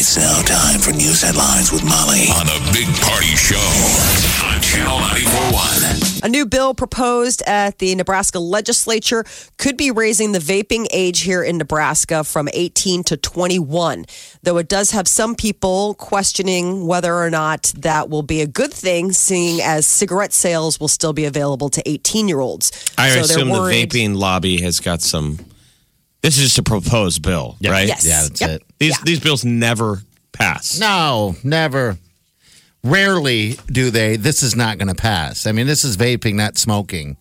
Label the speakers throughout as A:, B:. A: It's now time for news headlines with Molly on the Big Party Show on Channel 941.
B: A new bill proposed at the Nebraska legislature could be raising the vaping age here in Nebraska from 18 to 21, though it does have some people questioning whether or not that will be a good thing, seeing as cigarette sales will still be available to 18 year olds.
C: I assume the vaping lobby has got some. This is just a proposed bill, right?
B: Yes.
D: Yeah, that's
B: Yep.
D: it.
C: These these bills never pass.
D: No, never. Rarely do they. This is not going to pass. I mean, this is vaping, not smoking.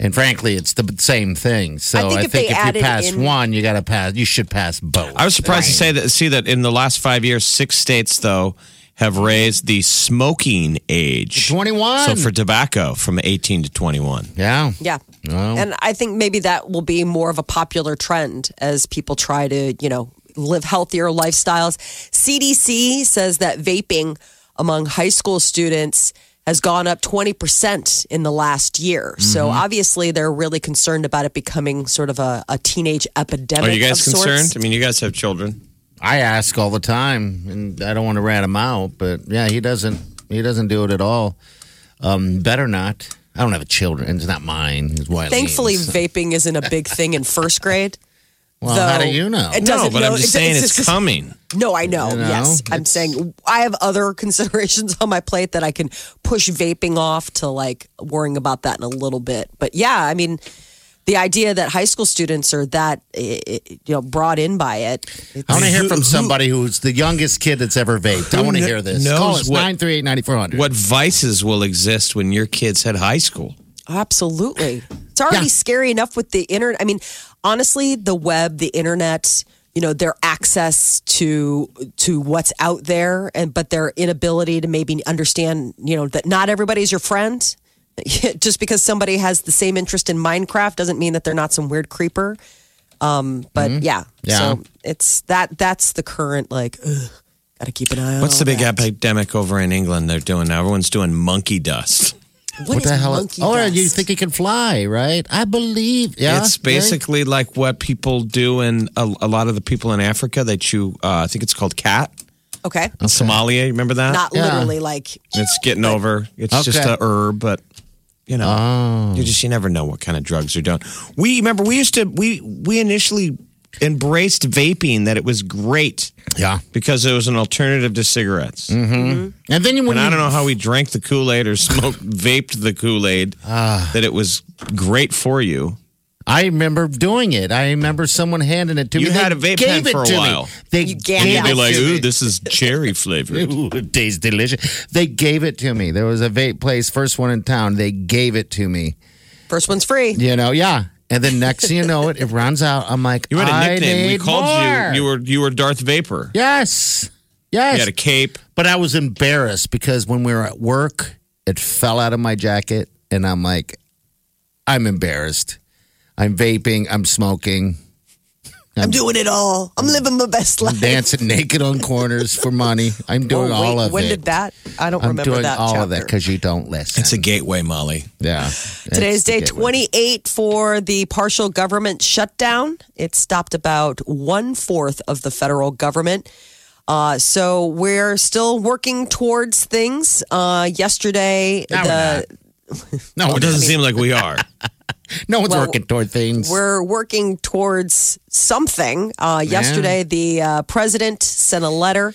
D: And frankly, it's the same thing. So
B: I think
D: I think,
B: if they
D: if,
B: added
D: you pass
B: in-
D: one, you got to pass. You should pass both.
C: I was surprised to say that see that in the last five years, six states though have raised the smoking age.
D: 21.
C: So for tobacco from eighteen to twenty one.
D: yeah.
B: Yeah.
D: Well.
B: And I think maybe that will be more of a popular trend as people try to, you know, live healthier lifestyles. CDC says that vaping among high school students has gone up 20% in the last year. So
C: Mm-hmm.
B: obviously they're really concerned about it becoming sort of a, a teenage epidemic.
C: Are you guys
B: of sorts.
C: concerned? I mean, you guys have children.
D: I ask all the time, and I don't want to rat him out, but yeah, he doesn't. He doesn't do it at all. Um, better not. I don't have a children. It's not mine. Is why.
B: Thankfully, vaping isn't a big thing in first grade.
D: Well, how do you know?
B: It
C: No,
B: doesn't
C: but
B: know.
C: I'm just
B: It's-
C: saying it's,
B: just-
C: coming.
B: No, I know.
D: You know,
B: yes, I'm
D: it's-
B: saying I have other considerations on my plate that I can push vaping off to like worrying about that in a little bit. But yeah, I mean, the idea that high school students are that eh, eh, you know brought in by it.
D: I want to hear
C: Who- who-
D: from somebody who's the youngest kid that's ever vaped. I
C: Who
D: want to
C: kn-
D: hear this.
C: knows
D: Call us
C: what-
D: 938 9400.
C: What vices will exist when your kids had high school?
B: Absolutely, it's already
D: Yeah.
B: scary enough with the internet. I mean, honestly, the web, the internet. You know their access to to what's out there, and but their inability to maybe understand. You know that not everybody's your friend. just because somebody has the same interest in Minecraft doesn't mean that they're not some weird creeper. Um, but yeah,
D: Mm-hmm. Yeah.
B: so it's that that's the current like. Ugh, gotta keep an eye on.
C: What's the
B: all
C: big
B: Oh, that.
C: epidemic over in England they're doing now? Everyone's doing monkey dust.
D: What the
B: is
D: hell?
B: monkey
D: oh,
B: dust?
D: you think he can fly, right? I believe. Yeah.
C: it's
D: really?
C: basically like what people do in a, a lot of the people in Africa. They chew, uh, I think it's called cat.
B: okay?
C: In Somalia, you remember that?
B: Not
D: Yeah.
B: literally like
C: it's getting over. It's just
D: Okay.
C: a herb, but you know, you just you never know what kind of drugs you're doing. We remember we used to we we initially embraced vaping that it was great
D: Yeah.
C: because it was an alternative to cigarettes.
D: And then when
C: And
D: you,
C: I don't know how we drank the Kool Aid or smoked vaped the Kool Aid that it was great for you.
D: I remember doing it. I remember someone handing it to
C: You
D: me.
C: had
D: They
C: a vape
D: gave
C: pen
D: it
C: for a
D: to me.
C: while.
D: They
B: You
D: gave
B: gave
C: You'd
B: Yeah.
C: be
D: it
C: like,
D: to
C: ooh,
D: me.
C: this is cherry flavored.
D: Ooh, it tastes delicious. They gave it to me. There was a vape place, first one in town. They gave it to me.
B: first one's free.
D: You know, yeah. And then next thing you know, it it runs out. I'm like,
C: You had
D: I
C: a nickname. We
D: need
C: called
D: more.
C: you. You were you were Darth Vapor.
D: yes, yes.
C: You had a cape.
D: But I was embarrassed because when we were at work, it fell out of my jacket, and I'm like, I'm embarrassed. I'm vaping. I'm smoking.
B: I'm doing it all. I'm living my best life.
D: Dancing naked on corners for money. I'm
B: Oh,
D: doing
B: wait,
D: all of
B: when
D: it.
B: did that? I don't
D: I'm
B: remember
D: doing
B: that.
D: all
B: chapter.
D: of that because you don't listen.
C: It's a gateway, Molly.
D: yeah.
B: Today's
D: It's the
B: day
D: gateway.
B: 28 for the partial government shutdown. It stopped about one fourth of the federal government. Uh, so we're still working towards things. Uh, yesterday,
D: No,
B: the,
D: No,
C: It
D: it
C: doesn't seem like we are.
D: no one's
B: Well,
D: working toward things.
B: we're working towards something. Uh, yesterday, the uh, president sent a letter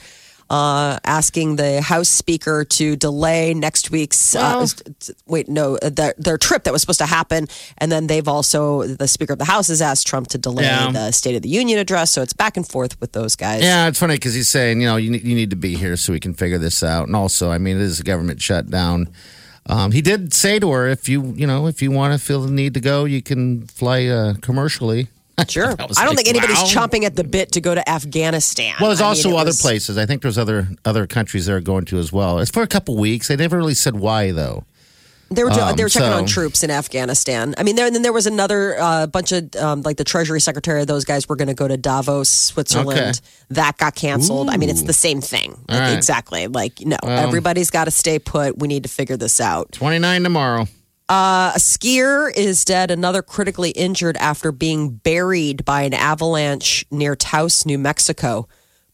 B: uh, asking the House Speaker to delay next week's. uh, t- wait, no, uh, their, their trip that was supposed to happen, and then they've also the Speaker of the House has asked Trump to delay
D: Yeah.
B: the State of the Union address. So it's back and forth with those guys.
D: Yeah, it's funny because he's saying, you know, you need, you need to be here so we can figure this out. And also, I mean, it is a government shutdown. Um, he did say to her, if you, you know, if you want to feel the need to go, you can fly uh, commercially.
B: Sure. I,
D: I was
B: don't
D: like,
B: think anybody's
D: wow.
B: chomping at the bit to go to Afghanistan.
D: Well, there's
B: I mean,
D: also
B: it
D: other
B: was-
D: places. I think there's other other countries they're going to as well. It's for a couple weeks. They never really said why though.
B: They were, do- they were checking
D: Um, so-
B: on troops in Afghanistan. I mean, there, and then there was another uh, bunch of, um, like, the Treasury Secretary, those guys were going to go to Davos, Switzerland. That got canceled. I mean, it's the same thing. Like,
D: right.
B: Exactly. Like, no, everybody's got to stay put. We need to figure this out.
D: 29 tomorrow.
B: A skier is dead, another critically injured after being buried by an avalanche near Taos, New Mexico.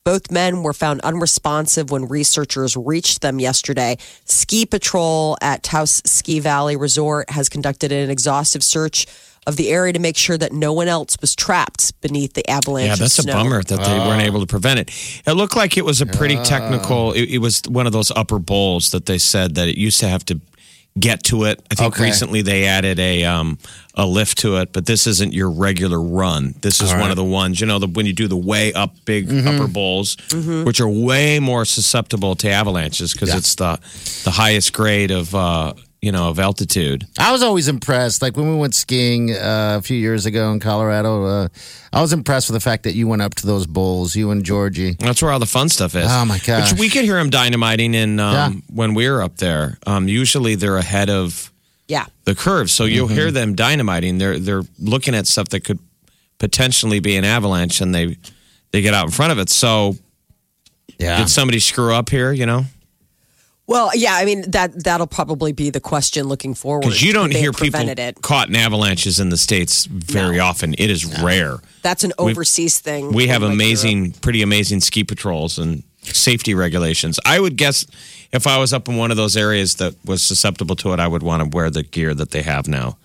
B: Both men were found unresponsive when researchers reached them yesterday. Ski patrol at Taos Ski Valley Resort has conducted an exhaustive search of the area to make sure that no one else was trapped beneath the avalanche.
C: Yeah,
B: of
C: that's a
B: snow.
C: bummer that they weren't able to prevent it. It looked like it was a pretty technical. It, it was one of those upper bowls that they said that it used to have to get to it. I think
D: Okay.
C: recently they added a um, a lift to it, but this isn't your regular run. This is one of the ones you know the, when you do the way up big upper bowls, which are way more susceptible to avalanches because it's the the highest grade of uh, you know of altitude.
D: I was always impressed. Like when we went skiing uh, a few years ago in Colorado, uh, I was impressed with the fact that you went up to those bowls, you and Georgie.
C: That's where all the fun stuff is.
D: Oh, my gosh.
C: Which we could hear them dynamiting in um,
D: Yeah.
C: when we were up there. Um, usually they're ahead of
B: Yeah.
C: the curve, so you'll
D: Mm-hmm.
C: hear them dynamiting. They're they're looking at stuff that could potentially be an avalanche, and they they get out in front of it. So
D: Yeah.
C: did somebody screw up here? You know,
B: Well, yeah, I mean that that'll probably be the question looking forward.
C: because you don't
B: They
C: hear people
B: prevented it.
C: caught in avalanches in the states very often. It is rare.
B: That's an overseas thing.
C: we have
B: Like uh, Europe.
C: amazing, pretty amazing ski patrols and safety regulations. I would guess if I was up in one of those areas that was susceptible to it, I would want to wear the gear that they have now.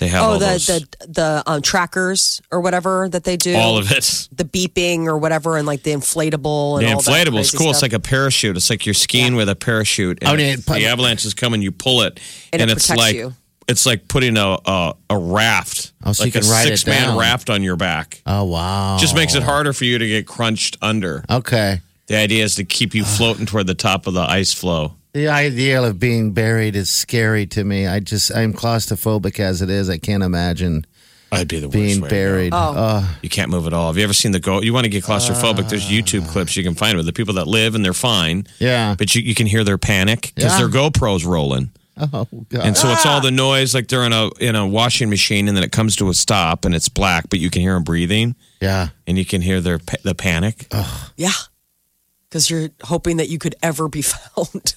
C: They have
B: Oh,
C: all
B: the
C: those,
B: the the um, trackers or whatever that they do.
C: all of it.
B: the beeping or whatever, and like the inflatable.
C: The
B: And all that
C: inflatable is
B: crazy
C: cool. It's
B: stuff.
C: like a parachute. It's like you're skiing with a parachute. And
D: Oh, yeah,
C: it-
D: it-
C: the avalanche is coming. You pull it,
B: And
C: and,
B: it
C: it's
B: protects
C: like
B: you.
C: it's like putting a a, a raft,
D: Oh, so you
C: like
D: can
C: a
D: ride it
C: six man
D: down.
C: raft on your back.
D: Oh, wow.
C: Just makes it harder for you to get crunched under.
D: Okay.
C: The idea is to keep you floating toward the top of the ice flow.
D: The idea of being buried is scary to me. I just, I'm claustrophobic as it is. I can't imagine
C: I'd be the
D: being
C: worst way to go.
D: buried. Oh.
C: You can't move at all. Have you ever seen the go? You want to get claustrophobic?
D: Uh.
C: There's YouTube clips you can find with the people that live and they're fine,
D: yeah.
C: but you, you can hear their panic because
D: Uh. Yeah.
C: their GoPro's rolling,
D: Oh, God.
C: and so it's all the noise like they're in a in a washing machine, and then it comes to a stop and it's black, but you can hear them breathing
D: yeah.
C: and you can hear their pa- the panic.
D: Uh,
B: yeah, because you're hoping that you could ever be found.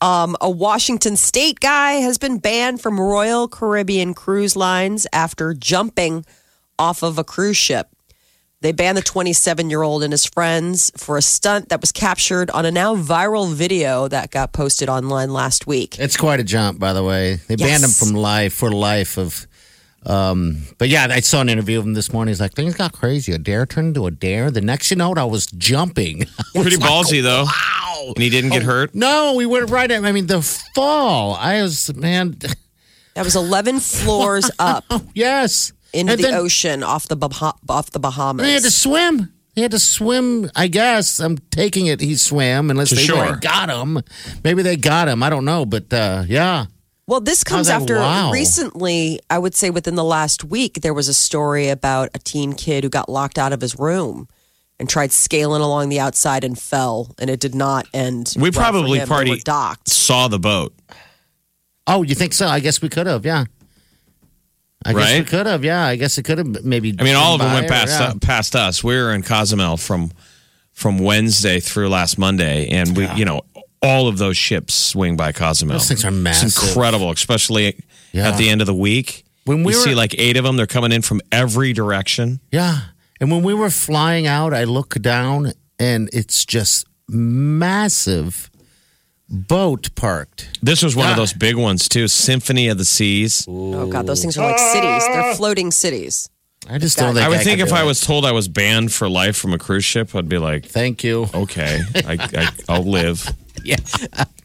B: um, a Washington State guy has been banned from Royal Caribbean cruise lines after jumping off of a cruise ship. They banned the 27 year old and his friends for a stunt that was captured on a now viral video that got posted online last week.
D: It's quite a jump, by the way. They banned him
B: Yes.
D: from life for life of. Um, but yeah, I saw an interview of him this morning. He's like, things got crazy. A dare turned into a dare. The next you know, it, I was jumping.
C: Pretty ballsy though,
D: Ow!
C: and he didn't get hurt.
D: No, we went right at. I mean, the fall. I was man.
B: That was 11 floors up
D: Yes,
B: into
D: And
B: the
D: then
B: ocean off the Bah- off the Bahamas.
D: They had to swim. They had to swim. I guess I'm taking it. He swam unless
C: To
D: they
C: shore.
D: already got him. Maybe they got him. I don't know. But uh, yeah,
B: Well, this comes
D: I was
B: after
D: like, wow.
B: recently, I would say within the last week, there was a story about a teen kid who got locked out of his room and tried scaling along the outside and fell, and it did not end.
C: We
B: well for
C: probably
B: him. They
C: party
B: were docked.
C: saw the boat.
D: Oh, you think so? I guess we could have, yeah. I guess we
C: Right?
D: could have, yeah. I guess it could have maybe.
C: I mean, all of them went
D: by or-
C: past
D: yeah.
C: past us. We were in Cozumel from from Wednesday through last Monday, and we, you know, all of those ships swing by Cozumel.
D: Those things are
C: It's
D: massive.
C: incredible, especially
D: Yeah.
C: at the end of the week.
D: When we
C: you
D: were-
C: see like eight of them, they're coming in from every direction.
D: Yeah. And when we were flying out, I look down and it's just massive boat parked.
C: This was one of
D: Yeah.
C: those big ones too, Symphony of the Seas.
B: Oh, God, those things are like cities. They're floating cities.
D: I just don't think
C: I would think if
D: could do
C: I
D: it.
C: was told I was banned for life from a cruise ship, I'd be like,
D: Thank you.
C: okay, I, I, I'll live.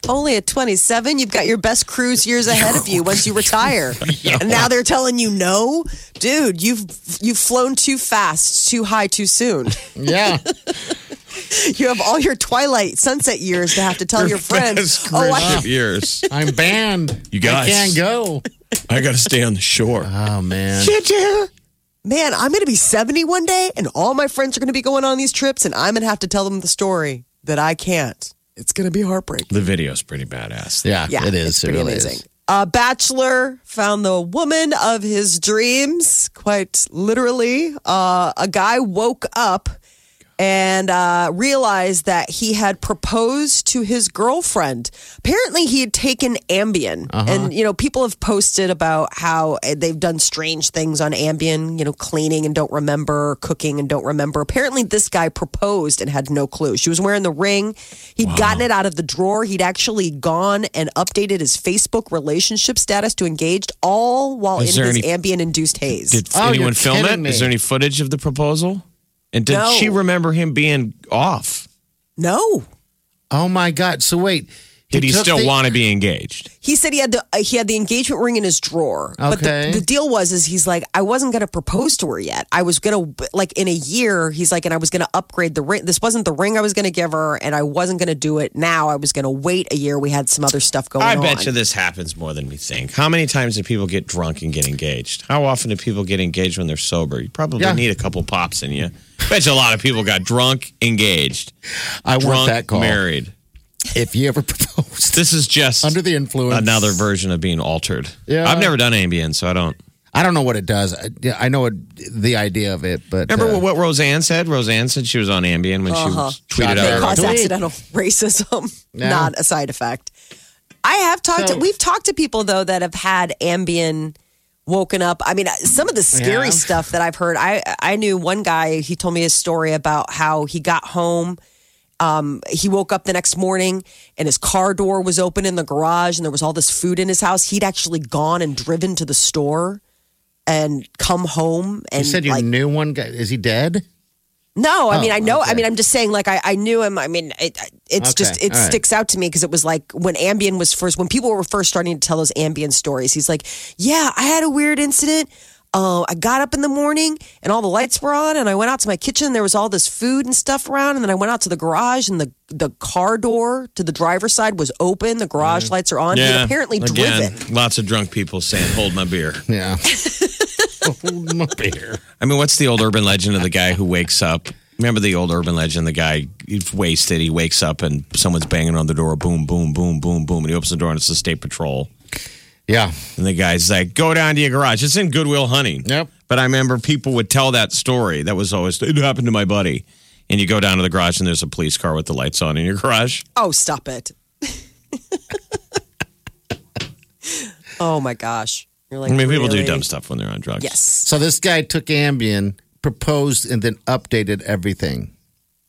B: Only at 27, you've got your best cruise years ahead of you once you retire. And now they're telling you no? Dude, you've you've flown too fast, too high, too soon.
D: Yeah.
B: You have all your twilight sunset years to have to tell your, friends.
C: Best
B: Oh,
C: cruise
B: I,
C: ship years.
D: I'm banned.
C: You
D: I
C: guys.
D: can't go.
C: I got to stay on the shore.
D: Oh man.
C: Get there.
B: man, I'm going to be 70 one day and all my friends are going to be going on these trips and I'm going to have to tell them the story that I can't. It's going to be heartbreaking.
C: The video's pretty badass.
D: Yeah,
B: Yeah,
D: it is.
B: It's
D: it
B: pretty
D: really
B: amazing.
D: is.
B: A bachelor found the woman of his dreams, quite literally. Uh, a guy woke up and uh, realized that he had proposed to his girlfriend. Apparently, he had taken Ambien,
C: Uh-huh.
B: and you know, people have posted about how eh, they've done strange things on Ambien. You know, cleaning and don't remember, cooking and don't remember. Apparently, this guy proposed and had no clue. She was wearing the ring. He'd gotten it out of the drawer. He'd actually gone and updated his Facebook relationship status to engaged, all while
C: Is
B: in
C: there
B: his
C: any-
B: Ambien-induced haze.
C: Did
D: Oh, you're
C: anyone film it? Is
D: kidding me.
C: there any footage of the proposal? And did
B: No.
C: she remember him being off?
B: no.
D: Oh my God! So wait,
C: Did he,
D: took
C: still
D: the-
C: want to be engaged?
B: He said he had the uh, he had the engagement ring in his drawer. But
D: Okay.
B: the, the deal was is he's like I wasn't going to propose to her yet. I was going to like in a year he's like and I was going to upgrade the ring. This wasn't the ring I was going to give her and I wasn't going to do it now. I was going to wait a year. We had some other stuff going
C: I
B: on.
C: bet you this happens more than we think. How many times do people get drunk and get engaged? How often do people get engaged when they're sober? You probably
D: Yeah.
C: need a couple pops in you. Bet you a lot of people got drunk, engaged,
D: I want
C: drunk,
D: that call.
C: married.
D: If you ever proposed
C: This is just
D: under the influence,
C: another version of being altered.
D: Yeah.
C: I've never done Ambien, so I don't.
D: I don't know what it does. I, yeah, I know it, the idea of it, but
C: Remember
D: uh,
C: what Roseanne said? Roseanne said she was on Ambien when she
D: Uh-huh.
C: was tweeted
D: Shocked
C: out.
D: her.
C: her-
D: Cause
B: cause
D: Delete.
B: accidental racism,
D: Yeah.
B: not a side effect. I have talked
D: So-
B: to we've talked to people though that have had Ambien woken up. I mean, some of the scary
D: Yeah.
B: stuff that I've heard. I I knew one guy. He told me his story about how he got home. Um, he woke up the next morning and his car door was open in the garage and there was all this food in his house. He'd actually gone and driven to the store and come home and
D: you said you
B: like,
D: knew one guy. Is he dead?
B: no,
C: Oh,
B: I mean, I know. I
D: okay.
B: mean, I'm just saying, like, I, I knew him. I mean, it, it's
D: Okay,
B: just, it
D: all right.
B: sticks out to me because it was like when Ambien was first, when people were first starting to tell those Ambien stories, he's like, yeah, I had a weird incident. Uh, I got up in the morning and all the lights were on, and I went out to my kitchen. There was all this food and stuff around, and then I went out to the garage, and the, the car door to the driver's side was open. The garage lights are on. He apparently
C: Mm. Again,
B: driven.
C: Lots of drunk people saying, "Hold my beer."
D: Yeah.
C: Oh,
D: Hold my beer.
C: I mean, what's the old urban legend of the guy who wakes up? Remember the old urban legend? The guy he's wasted. He wakes up and someone's banging on the door. Boom, boom, boom, boom, boom. And he opens the door and it's the state patrol.
D: Yeah.
C: And the guy's like, "Go down to your garage." It's in Goodwill Hunting.
D: Yep.
C: But I remember people would tell that story. That was always it happened to my buddy. And you go down to the garage and there's a police car with the lights on in your garage.
B: Oh, stop it. oh, my gosh. You're like,
C: I mean, people do
B: really?
C: dumb stuff when they're on drugs.
B: Yes.
D: So this guy took Ambien, proposed, and then updated everything.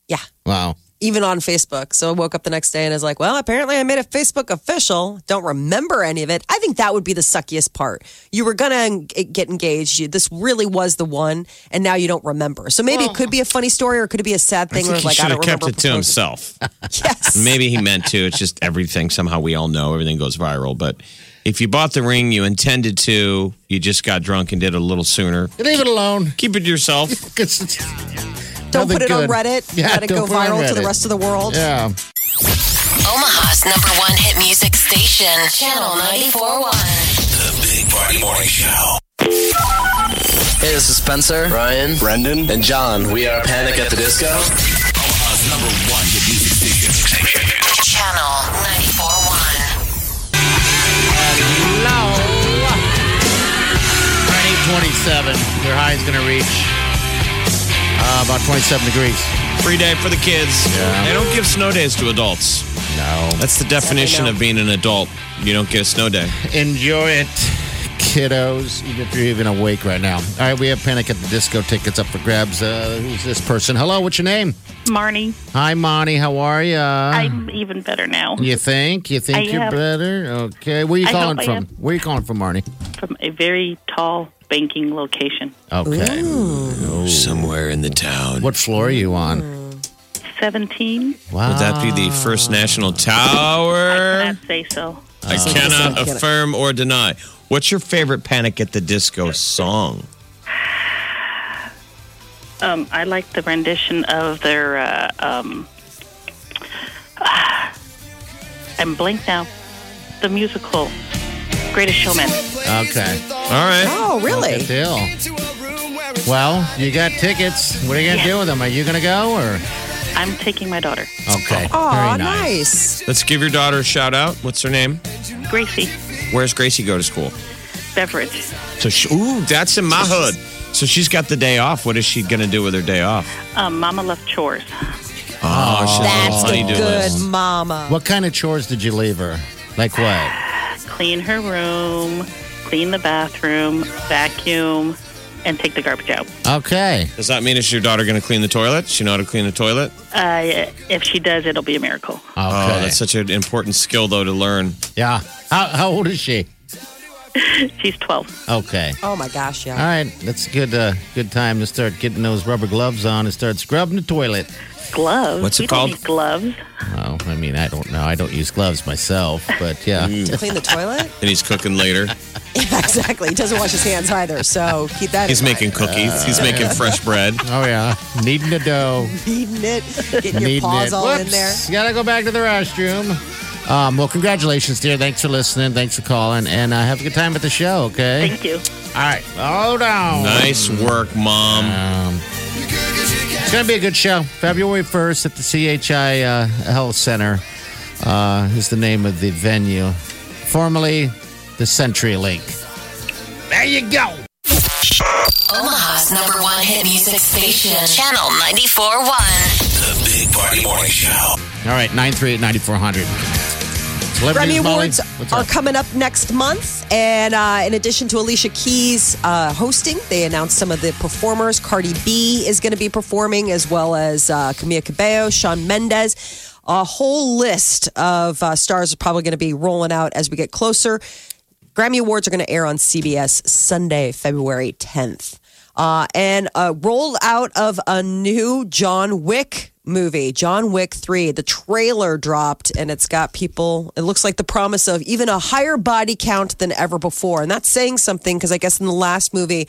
B: Yeah.
D: Wow.
B: Even on Facebook. So I woke up the next day and I was like, well, apparently I made it Facebook official. Don't remember any of it. I think that would be the suckiest part. You were going to get engaged. You, this really was the one. And now you don't remember. So maybe it could be a funny story or could it be a sad
C: I
B: thing
C: think
B: where
C: he
B: like, I
C: should
B: don't
C: have kept
B: remember.
C: it to
B: proposing.
C: himself.
B: Yes.
C: Maybe he meant to. It's just everything. Somehow we all know everything goes viral. But if you bought the ring, you intended to, you just got drunk and did it a little sooner.
D: Leave it alone.
C: Keep it to yourself.
D: 'Cause it's-
B: Don't
D: nothing
B: put it on
D: good.
B: Reddit.
D: Yeah,
B: Let it go
D: don't put it on
B: viral to the
D: Reddit.
B: rest of the world.
D: Yeah.
E: Omaha's number one hit music station, Channel 94.1.
A: The Big Party Morning Show.
F: Hey, this is Spencer, Ryan, Brendan, and John. We are Panic at the Disco.
A: Omaha's number one hit music station.
E: Channel 94.1.
D: 827. Their high is going to reach uh, about 27 degrees.
C: Free day for the kids. They don't give snow days to adults.
D: No.
C: That's the definition of being an adult. You don't get a snow day.
D: Enjoy it, kiddos, even if you're even awake right now. All right, we have Panic at the Disco tickets up for grabs. Uh, who's this person? Hello, what's your name?
G: Marnie,
D: Hi, Monty. How are you?
G: I'm even better now
D: You think? You think
G: I
D: you're
G: am.
D: better? Okay. Where you
G: I
D: calling
G: hope I
D: from?
G: am.
D: Where you calling from, Marnie?
G: from a very tall banking location,
D: Okay.
C: Somewhere in the town.
D: What floor are you on?
G: 17.
D: Wow.
C: Would that be the first national tower?
G: I'd say so.
C: I cannot affirm or deny. What's your favorite Panic at the Disco song?
G: Um, I like the rendition of their. Uh, um, I'm blank now. The musical, Greatest Showman.
D: okay.
C: All right.
B: Oh, really?
D: Good deal. Well, you got tickets. What are you going to
G: Yeah.
D: do with them? Are you going to go or?
G: I'm taking my daughter,
D: Okay.
B: Aw,
D: Very nice.
C: Let's give your daughter a shout out. What's her name?
G: Gracie
C: Where's Gracie go to school?
G: Beveridge.
C: So, she, ooh, that's in my hood. So she's got the day off. What is she going to do with her day off?
G: Um, Mama left chores.
C: Oh, she's
B: That's
C: on the
B: the
C: honey-do
B: good
C: list.
B: mama.
D: What kind of chores did you leave her? Like what?
G: Clean her room, clean the bathroom, vacuum, and take the garbage out.
D: Okay.
C: Does that mean is your daughter going to clean the toilet? She know how to clean the toilet?
G: Uh, if she does, it'll be a miracle.
D: Okay.
C: Oh, that's such an important skill though to learn.
D: yeah. How, how old is she?
G: She's 12.
D: Okay.
B: Oh my gosh,
D: All
B: yeah.
D: right. That's a good uh, good time to start getting those rubber gloves on and start scrubbing the toilet.
G: Gloves.
C: What's it
G: we don't
C: called?
G: need gloves.
D: Well, I mean, I don't know. I don't use gloves myself, but yeah.
B: To clean the toilet?
C: And he's cooking later.
B: Yeah, exactly. He doesn't wash his hands either, so keep that
C: He's
B: in
C: making cookies. He's making fresh bread.
D: Oh yeah. Kneading the dough.
B: Needing it, getting your
D: Needing
B: paws
D: it.
B: all
D: Whoops.
B: in there.
D: Gotta go back to the restroom. Um, well, congratulations, dear. Thanks for listening. Thanks for calling, and uh, have a good time at the show. Okay.
G: Thank you.
D: All right. Hold on.
C: Nice work, mom.
D: It's going to be a good show. February 1st at the CHI uh, Health Center uh, is the name of the venue, formerly the Century Link. There you go.
E: Omaha's number one hit music station. Channel 94.1.
A: The Big Party Morning Show.
D: All right, 938 9400.
B: Grammy
D: Celebrities, Molly.
B: Awards
D: What's
B: are
D: up?
B: coming up next month, and uh, in addition to Alicia Keys uh, hosting, they announced some of the performers. Cardi B is going to be performing, as well as uh, Camila Cabello, Sean Mendez. A whole list of uh, stars are probably going to be rolling out as we get closer. Grammy Awards are going to air on CBS Sunday, February 10th. Uh, and a rollout of a new John Wick movie, John Wick 3. The trailer dropped and it's got people, it looks like the promise of even a higher body count than ever before. And that's saying something because I guess in the last movie,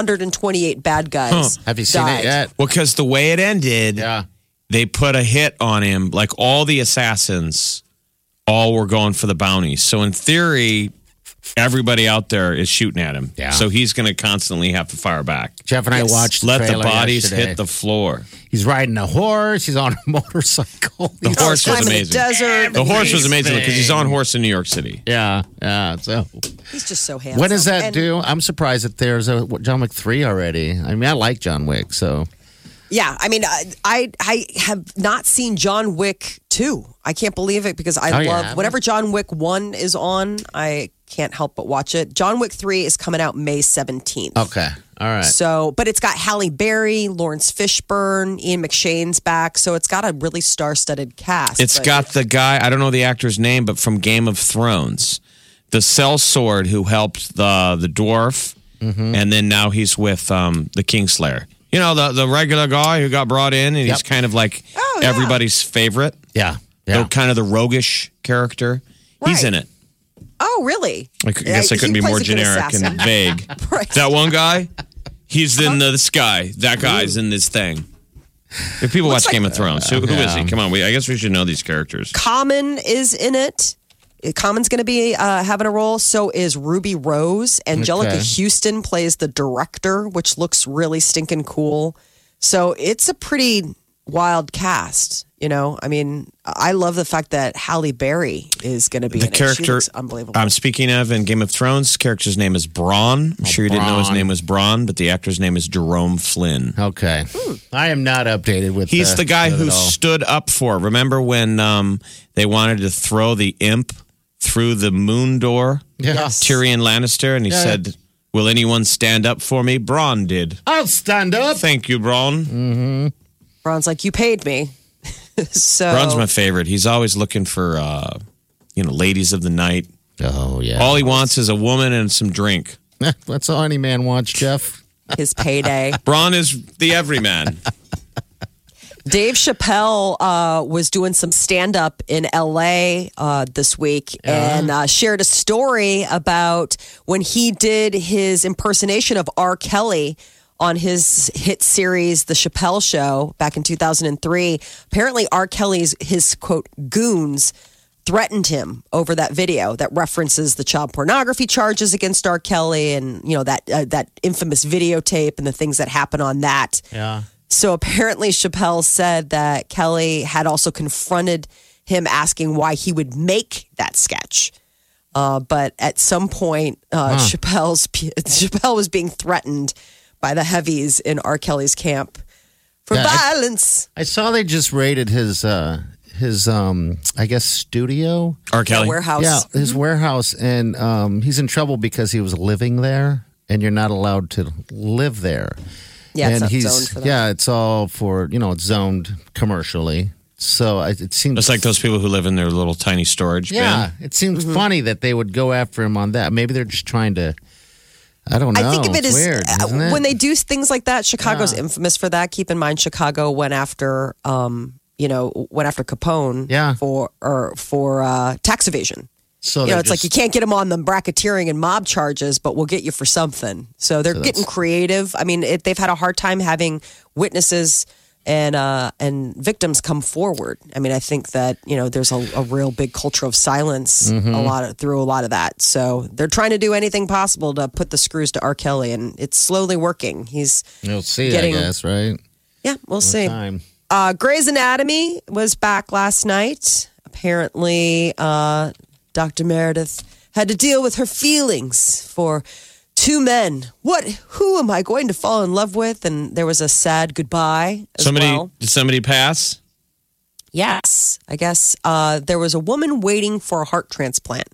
B: 128 bad guys.
D: Have you seen
B: died.
D: it yet?
C: Well, because the way it ended,
D: Yeah.
C: they put a hit on him. Like all the assassins, all were going for the bounties. So in theory, everybody out there is shooting at him.
D: Yeah.
C: So he's going to constantly have to fire back.
D: Jeff and I watched the
C: Let the
D: trailer
C: bodies
D: yesterday.
C: hit the floor.
D: He's riding a horse. He's on a motorcycle.
C: The
D: He's-
C: horse was
B: Time in the
C: amazing.
B: desert.
C: The horse was amazing because he's on horse in New York City.
D: Yeah, yeah. So,
B: He's just so handsome.
D: what does that
B: And-
D: do? I'm surprised that there's a John Wick three already. I mean, I like John Wick, so
B: Yeah, I mean, I I, I have not seen John Wick two. I can't believe it because I
D: Oh,
B: love
D: yeah.
B: whenever John Wick one is on. I can't help but watch it. John Wick three is coming out May seventeenth.
D: okay, all right.
B: So, but it's got Halle Berry, Lawrence Fishburne, Ian McShane's back. So it's got a really star-studded cast.
C: It's
B: but-
C: got the guy, I don't know the actor's name, but from Game of Thrones, the cell sword who helped the the dwarf,
B: Mm-hmm.
C: and then now he's with um, the Kingslayer. You know, the, the regular guy who got brought in, and he's
D: Yep.
C: kind of like
B: Oh, yeah.
C: everybody's favorite,
D: Yeah.
C: the, kind of the roguish character. He's
B: Right.
C: in it.
B: oh really? Uh,
C: I c- guess I
B: he
C: couldn't be
B: plays
C: more
B: a good
C: generic and
B: assassin.
C: vague.
B: Right.
C: That one guy, he's in the, this guy. That guy's in this thing. If people watch Game of Thrones, who, who is he? Come on, we, I guess we should know these characters.
B: Common is in it. Common's going to be uh, having a role. So is Ruby Rose. Angelica
D: Okay.
B: Houston plays the director, which looks really stinking cool. So it's a pretty wild cast. You know, I mean, I love the fact that Halle Berry is going to be
C: the
B: in it. She
C: character
B: looks unbelievable.
C: I'm Um, speaking of in Game of Thrones. Character's name is Braun. I'm sure you didn't know his
D: Oh, Bronn.
C: name was Braun, but the actor's name is Jerome Flynn.
D: Okay. I am not updated with
C: He's the guy
D: with it
C: who
D: all.
C: stood up for. Remember when um, they wanted to throw the imp through the moon door,
D: Yeah.
C: Tyrion Lannister, and he
D: Yeah.
C: said, "Will anyone stand up for me?" Braun did.
D: I'll stand up.
C: Thank you, Braun.
B: Ron's like, you paid me. so
C: Braun's my favorite. He's always looking for, uh, you know, ladies of the night.
D: Oh yeah.
C: All he wants is a woman and some drink.
D: That's all any man wants, Jeff.
B: his payday.
C: Braun is the everyman.
B: Dave Chappelle uh, was doing some stand up in LA uh, this week and uh, shared a story about when he did his impersonation of R. Kelly on his hit series, The Chappelle Show, back in 2003. Apparently, R. Kelly's, his quote, goons threatened him over that video that references the child pornography charges against R. Kelly and you know that uh, that infamous videotape and the things that happen on that.
D: Yeah.
B: So apparently, Chappelle said that Kelly had also confronted him asking why he would make that sketch. Uh, but at some point, uh, Chappelle's Chappelle was being threatened by the heavies in R. Kelly's camp for
D: Yeah, I-
B: violence.
D: I saw they just raided his uh his um I guess studio.
C: R. Kelly.
B: warehouse.
D: Oh, Yeah, his
B: Mm-hmm.
D: warehouse and um he's in trouble because he was living there and you're not allowed to live there.
B: Yeah, it's
D: and
B: not
D: he's
B: zoned for that.
D: yeah, it's all for, you know, it's zoned commercially. So I, it seems
C: It's like those people who live in their little tiny storage
D: Yeah,
C: bin.
D: it seems
B: Mm-hmm.
D: funny that they would go after him on that. Maybe they're just trying to I don't know.
B: I think of it
D: it's
B: as
D: weird,
B: uh,
D: isn't it?
B: when they do things like that. Chicago's infamous for that. Keep in mind, Chicago went after, um, you know, went after Capone
D: Yeah.
B: for or for uh, tax evasion.
D: so
B: you know,
D: Oh, they're
B: it's like you
D: just-
B: can't get them on the bracketeering and mob charges, but we'll get you for something. So they're getting creative. I mean, it, they've had a hard time having witnesses and uh, and victims come forward. I mean, I think that you know there's a, a real big culture of silence a
D: Mm-hmm.
B: lot of, through a lot of that. So they're trying to do anything possible to put the screws to R. Kelly, and it's slowly working. He's
D: You'll see,
B: getting-
D: I guess, right?
B: yeah, we'll see.
D: Time.
B: Uh, Grey's Anatomy was back last night. Apparently, uh, Dr. Meredith had to deal with her feelings for two men. What? Who am I going to fall in love with? And there was a sad goodbye. As
C: Somebody
B: well.
C: did somebody pass?
B: Yes, I guess uh, there was a woman waiting for a heart transplant,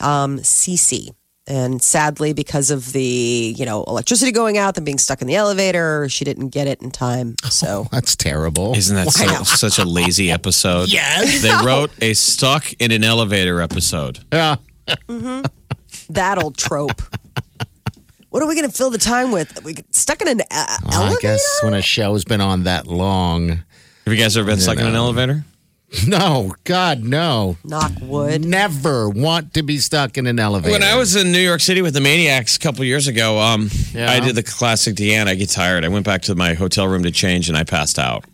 B: um, Cece, and sadly, because of the you know electricity going out and being stuck in the elevator, she didn't get it in time. So.
D: That's terrible.
C: Isn't that so, such a lazy episode? Yes. They wrote a stuck in an elevator episode.
D: yeah.
B: that old trope. what are we going to fill the time with? We get stuck in an uh,
D: Oh, I
B: elevator.
D: guess when a show's been on that long.
C: Have you guys ever been stuck in an elevator?
D: No, God, no.
B: Knock
D: Mm,
B: wood.
D: Never want to be stuck in an elevator.
C: When I was in New York City with the Maniacs a couple years ago, um,
D: Yeah.
C: I did the classic Deanne. I get tired. I went back to my hotel room to change, and I passed out.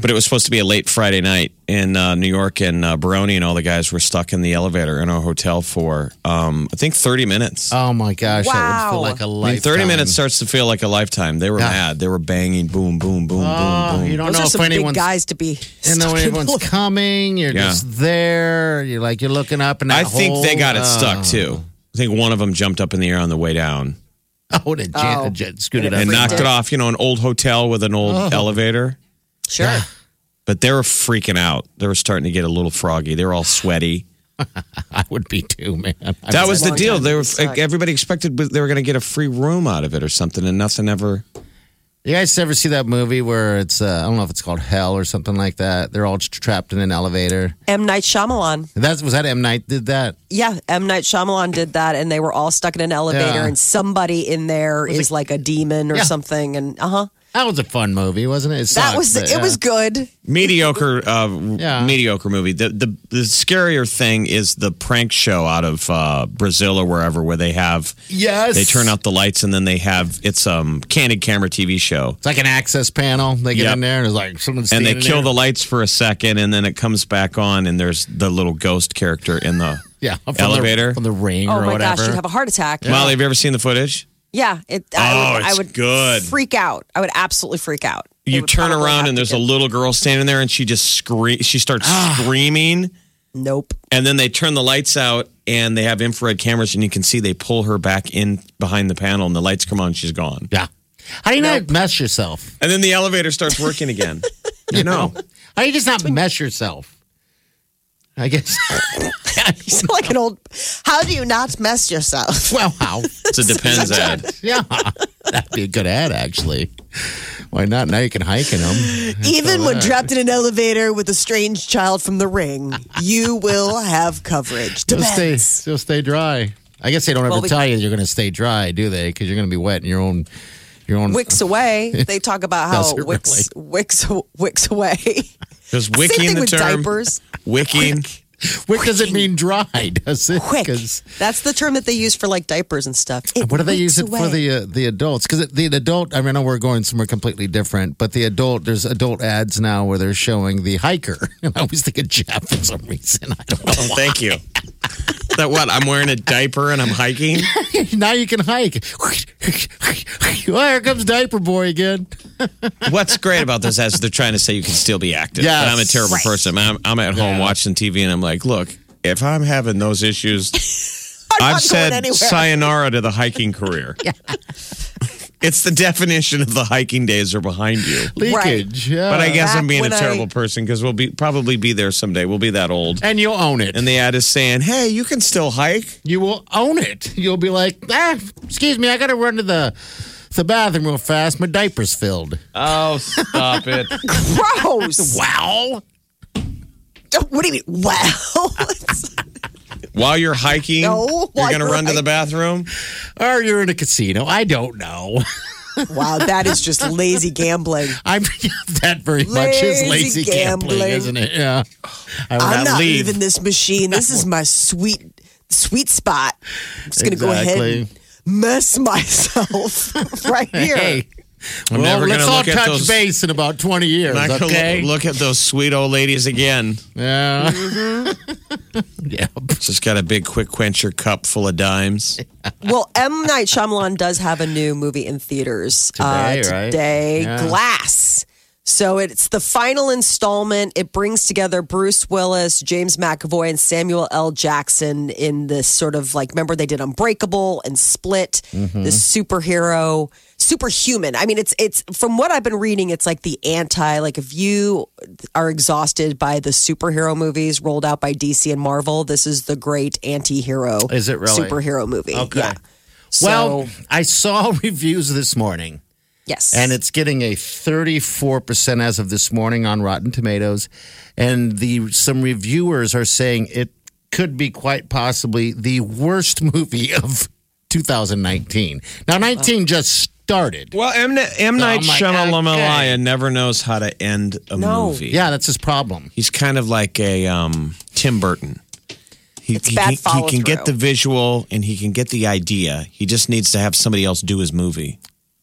C: But it was supposed to be a late Friday night in uh, New York, and uh, Baroni and all the guys were stuck in the elevator in our hotel for um, I think thirty minutes.
D: oh my gosh, that would feel
B: Wow.
D: like a
C: I
D: lifetime.
C: mean, thirty minutes starts to feel like a lifetime. They were
D: Yeah.
C: mad. They were banging, boom, boom, boom, boom,
D: Oh,
C: boom.
D: you don't
B: Those
D: know
B: are
D: if
B: some big
D: anyone's.
B: guys to be.
D: You know
B: stuck
D: when
B: in
D: anyone's
B: the-
D: coming. You're
C: Yeah.
D: just there. You're like you're looking up, and
C: I
D: that
C: think they
D: whole-
C: got it
D: oh.
C: stuck too. I think one of them jumped up in the air on the way down
D: Oh, and it jan-
B: Oh.
D: jan- scooted up.
C: and knocked it off. You know, an old hotel with an old elevator.
B: Sure.
C: but they were freaking out. They were starting to get a little froggy. They were all sweaty.
D: I would be too, man. I
C: that
D: mean,
C: was the
B: long
C: deal.
B: time
C: They
B: to
C: were
B: be stuck.
C: everybody expected they were going to get a free room out of it or something, and nothing ever.
D: You guys ever see that movie where it's uh, I don't know if it's called Hell or something like that? They're all just trapped in an elevator.
B: M Night Shyamalan.
D: That was that M Night did that.
B: Yeah, M Night Shyamalan did that, and they were all stuck in an elevator,
D: Yeah.
B: and somebody in there is like a demon or
D: Yeah.
B: something, and uh huh.
D: That was a fun movie, wasn't it? It
B: That
D: sucked,
B: was
D: but,
B: it.
D: yeah.
B: Was good.
C: Mediocre, uh,
D: Yeah.
C: mediocre movie. The, the the scarier thing is the prank show out of uh, Brazil or wherever, where they have
D: Yes.
C: they turn out the lights and then they have it's um candid camera TV show.
D: It's like an access panel. They get
C: Yep.
D: in there and it's like someone's
C: and they
D: standing
C: kill the
D: there.
C: lights for a second and then it comes back on and there's the little ghost character in the
D: yeah from the-
C: elevator.
D: from the ring
B: Oh
D: or
B: my
D: whatever.
B: gosh, you'd have a heart attack.
C: Molly, have you ever seen the footage?
B: Yeah, it, I
C: Oh,
B: would, I
C: it's
B: would
C: good.
B: freak out. I would absolutely freak out. They
C: you
B: would
C: turn
B: probably have
C: around and
B: to
C: there's a
B: get- Ah.
C: little girl standing there and she just scream she starts screaming
B: nope.
C: and then they turn the lights out and they have infrared cameras and you can see they pull her back in behind the panel and the lights come on and she's gone
D: yeah. How do you not mess yourself?
C: and then the elevator starts working again you know
D: How do you just not mess yourself? I guess.
B: You sound like an old. How do you not mess yourself?
D: well, how?
C: it's a depends ad
D: Yeah, that'd be a good ad actually. Why not? Now you can hike in them.
B: Even when trapped in an elevator with a strange child from the ring, you will have coverage.
D: You'll stay,
B: Depends.
D: you'll stay dry. I guess they don't ever
B: Well, we-
D: tell you you're going to stay dry, do they? Because you're going to be wet in your own, your own.
B: Wicks away. They talk about how
D: Does it
B: wicks, wicks wicks away.
C: there's
B: Same
C: wicking
B: thing
C: the
B: with
C: term
B: diapers.
C: wicking
D: Wick doesn't mean dry, does it?
B: Quick.
D: 'Cause-
B: That's the term that they use for like diapers and stuff. It
D: What do they
B: wicks
D: use it for
B: away.
D: the uh, the adults? Because the adult, I mean, I know we're going somewhere completely different, but the adult, there's adult ads now where they're showing the hiker. And I always think of Jeff for some reason. I don't know.
C: Oh, thank you. that what? I'm wearing a diaper and I'm hiking?
D: now you can hike. well, here comes Diaper Boy again.
C: What's great about this is they're trying to say you can still be active.
D: Yes.
C: But I'm a terrible person. I'm, I'm at home
D: Yeah.
C: watching TV and I'm like, look, if I'm having those issues,
B: I'm
C: I've
B: not
C: said
B: going anywhere.
C: sayonara to the hiking career. It's the definition of the hiking days are behind you.
D: Leakage. Yeah.
C: But I guess I'm
B: Oh, Back
C: being a
B: when I-
C: terrible person person because we'll be probably be there someday. We'll be that old.
D: and you'll own it.
C: And the ad is saying, hey, you can still hike.
D: you will own it. You'll be like, ah, excuse me, I got to run to the the bathroom real fast. My diaper's filled.
C: Oh, stop it.
B: Gross.
D: Wow.
B: Don't- what do you mean? Wow.
C: While you're hiking,
B: No,
C: you're
B: while
C: going to
B: you're
C: run to the bathroom?
D: Or you're in a casino. I don't know.
B: wow, that is just lazy gambling.
D: I'm that very much is lazy
B: Lazy
D: gambling,
B: gambling.
D: isn't it? Yeah. I would
B: I'm
D: have-
B: not
C: leave.
B: leaving this machine. This is my sweet sweet spot. I'm just gonna go ahead
D: Exactly.
B: and mess myself right here.
D: Hey.
C: I'm
D: well,
C: never going
D: let's
C: to
D: all
C: look
D: touch
C: at those.
D: base in about 20 years,
C: I'm not gonna
D: okay?
C: look, look at those sweet old ladies again.
D: Yeah. yeah.
C: Just got a big quick quencher cup full of dimes.
B: Well, M Night Shyamalan does have a new movie in theaters uh,
D: Today, right?
B: today,
D: Yeah.
B: Glass. So it's the final installment. It brings together Bruce Willis, James McAvoy, and Samuel L. Jackson in this sort of like remember they did Unbreakable and Split,
D: Mm-hmm.
B: this superhero, superhuman. I mean, it's it's from what I've been reading, it's like the anti like if you are exhausted by the superhero movies rolled out by DC and Marvel, this is the great anti-hero
D: Is it really?
B: superhero movie.
D: Okay.
B: Yeah.
D: Well,
B: So,
D: I saw reviews this morning.
B: yes.
D: and it's getting a 34% as of this morning on Rotten Tomatoes and the some reviewers are saying it could be quite possibly the worst movie of 2019. Now 19 just started.
C: Well, M. Ni- M. Night
D: Oh my
C: Shyamalan
D: God.
C: never knows how to end a
B: No.
C: movie.
D: Yeah, that's his problem.
C: He's kind of like a um, Tim Burton. He,
B: It's
C: he,
B: bad
C: can- he can
B: follow-through.
C: get the visual and he can get the idea. He just needs to have somebody else do his movie.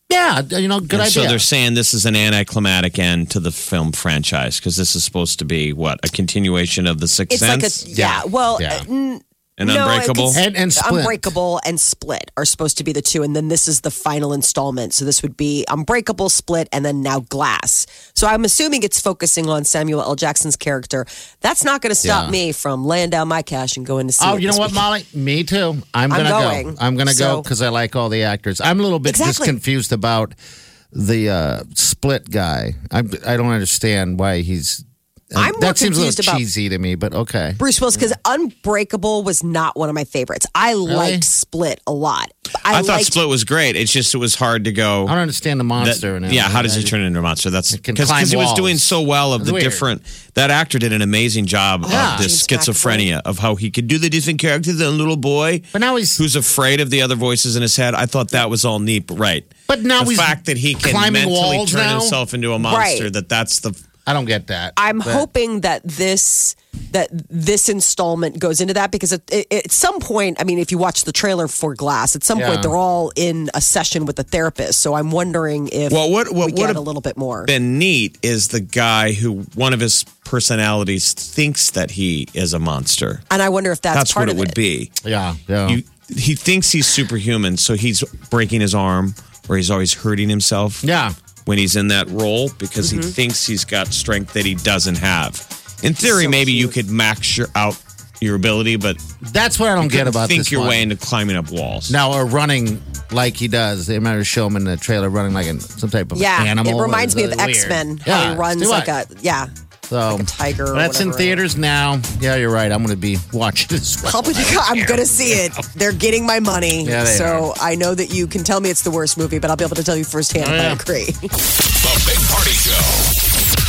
D: Yeah, you know, good
C: and So
D: idea.
C: they're saying this is an anticlimactic end to the film franchise because this is supposed to be what a continuation of the Sixth
B: it's like a
C: Sense
B: yeah. Well,
D: Yeah.
B: uh, n-
C: and
B: no, I
C: Unbreakable.
B: could-
D: And- and Split.
B: Unbreakable and Split are supposed to be the two, and then this is the final installment. So this would be Unbreakable, Split, and then now Glass. So I'm assuming it's focusing on Samuel L. Jackson's character. That's not going to stop
D: Yeah.
B: me from laying down my cash and going to see.
D: Oh,
B: it
D: you know
B: this
D: what,
B: weekend.
D: Molly? Me too.
B: I'm
D: I'm gonna
B: going.
D: go. I'm gonna go
B: So-
D: because I like all the actors. I'm a little bit just
B: Exactly.
D: confused about the uh, split guy. I I don't understand why he's. uh,
B: I'm more
D: that seems a
B: confused
D: little
B: about-
D: cheesy to me, but okay.
B: Bruce Willis, because Unbreakable was not one of my favorites. I liked Split a lot. I,
C: I thought
B: liked
C: Split was great. It's just it was hard to go.
D: I don't understand the
C: that-
D: monster. and
C: yeah, how does he
D: everything.
C: turn into a monster? That's
D: can
C: because
D: climb
C: he was
D: walls.
C: doing so well of
D: It's
C: the
D: weird.
C: different. That actor did an amazing job
D: Yeah.
C: of this
B: James
C: schizophrenia of how he could do the different characters and a little boy
D: But now he's.
C: who's afraid of the other voices in his head. I thought that was all neat, but right?
D: But now
C: the
D: he's
C: fact that he can
D: climbing
C: mentally
D: walls
C: turn
D: now?
C: himself into a monster
B: Right.
C: that that's the
D: I don't get that.
B: I'm
D: But-
B: hoping that this that this installment goes into that because at, at- at some point, I mean, if you watch the trailer for Glass, at some
D: Yeah.
B: point they're all in a session with a therapist. So I'm wondering if
C: Well, what- what
B: we get
C: would've
B: a little bit more.
C: been neat is the guy who one of his personalities thinks that he is a monster.
B: and I wonder if that's,
C: That's
B: part
C: what it
B: of
C: would be.
D: Yeah, yeah.
C: you, he thinks he's superhuman, so he's breaking his arm or he's always hurting himself.
D: Yeah.
C: When he's in that role because
B: Mm-hmm.
C: he thinks he's got strength that he doesn't have. In theory,
B: So
C: maybe you
B: cute.
C: could max your, out your ability, but
D: That's what I don't get about
C: think
D: this
C: your
D: one.
C: way into climbing up walls.
D: now, or running like he does. They might show him in the trailer running like an, some type of
B: Yeah,
D: animal.
B: it reminds me of
D: It's really
B: X Men.
D: weird.
B: How
D: Yeah,
B: he runs
D: do
B: like
D: I.
B: a yeah.
D: So,
B: like a tiger or
D: That's in
B: whatever.
D: theaters now. Yeah, you're right. I'm going to be watching this. Well.
B: Probably because I'm gonna see it. They're getting my money,
D: Yeah, they
B: so I know that you can tell me it's the worst movie, but I'll be able to tell you firsthand
D: Oh,
B: if I agree.
A: The Big Party Show.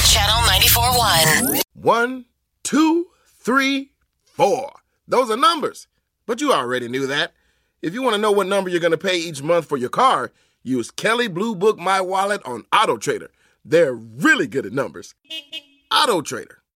E: Channel 94.1.
H: One, two, three, four. Those are numbers. But you already knew that. If you want to know what number you're going to pay each month for your car, use Kelly Blue Book My Wallet on Auto Trader. They're really good at numbers. Auto Trader.